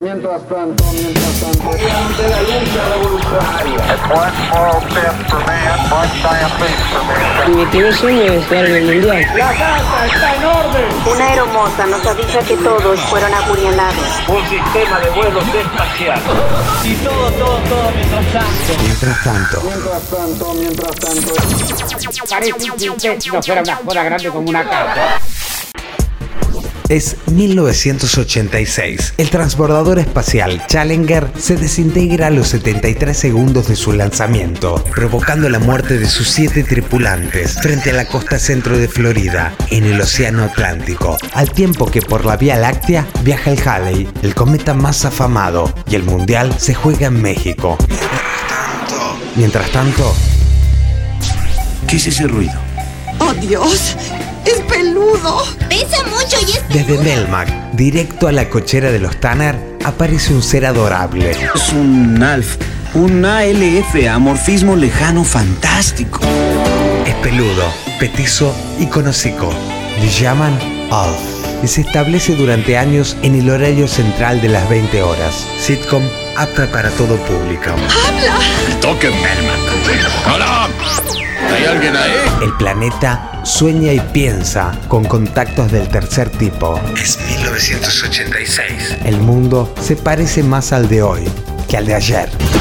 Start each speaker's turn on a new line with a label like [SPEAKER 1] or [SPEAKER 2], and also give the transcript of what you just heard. [SPEAKER 1] Mientras tanto, mientras tanto, ante la lucha revolucionaria.
[SPEAKER 2] Mi primer sueño es jugar en el mundial.
[SPEAKER 1] La casa está en orden.
[SPEAKER 3] Una aeromoza nos avisa que todos fueron apuñalados.
[SPEAKER 1] Un sistema de vuelos espacial.
[SPEAKER 4] Mientras tanto,
[SPEAKER 1] Mientras tanto, mientras tanto.
[SPEAKER 4] es 1986. El transbordador espacial Challenger se desintegra a los 73 segundos de su lanzamiento, provocando la muerte de sus siete tripulantes frente a la costa centro de Florida, en el Océano Atlántico, al tiempo que por la Vía Láctea viaja el Halley, el cometa más afamado, y el Mundial se juega en México. Mientras tanto,
[SPEAKER 5] ¿Qué es ese ruido?
[SPEAKER 6] ¡Oh, Dios! ¡Es peludo!
[SPEAKER 7] Pesa mucho y es
[SPEAKER 4] desde Melmac, directo a la cochera de los Tanner, aparece un ser adorable.
[SPEAKER 5] Es un ALF, un ALF, amorfismo lejano fantástico.
[SPEAKER 4] Es peludo, petizo y conocico. Le llaman Alf y se establece durante años en el horario central de las 20 horas. Sitcom apta para todo público.
[SPEAKER 8] Toque Melman. ¡Hola! ¿Hay alguien ahí?
[SPEAKER 4] El planeta sueña y piensa con contactos del tercer tipo. Es 1986. El mundo se parece más al de hoy que al de ayer.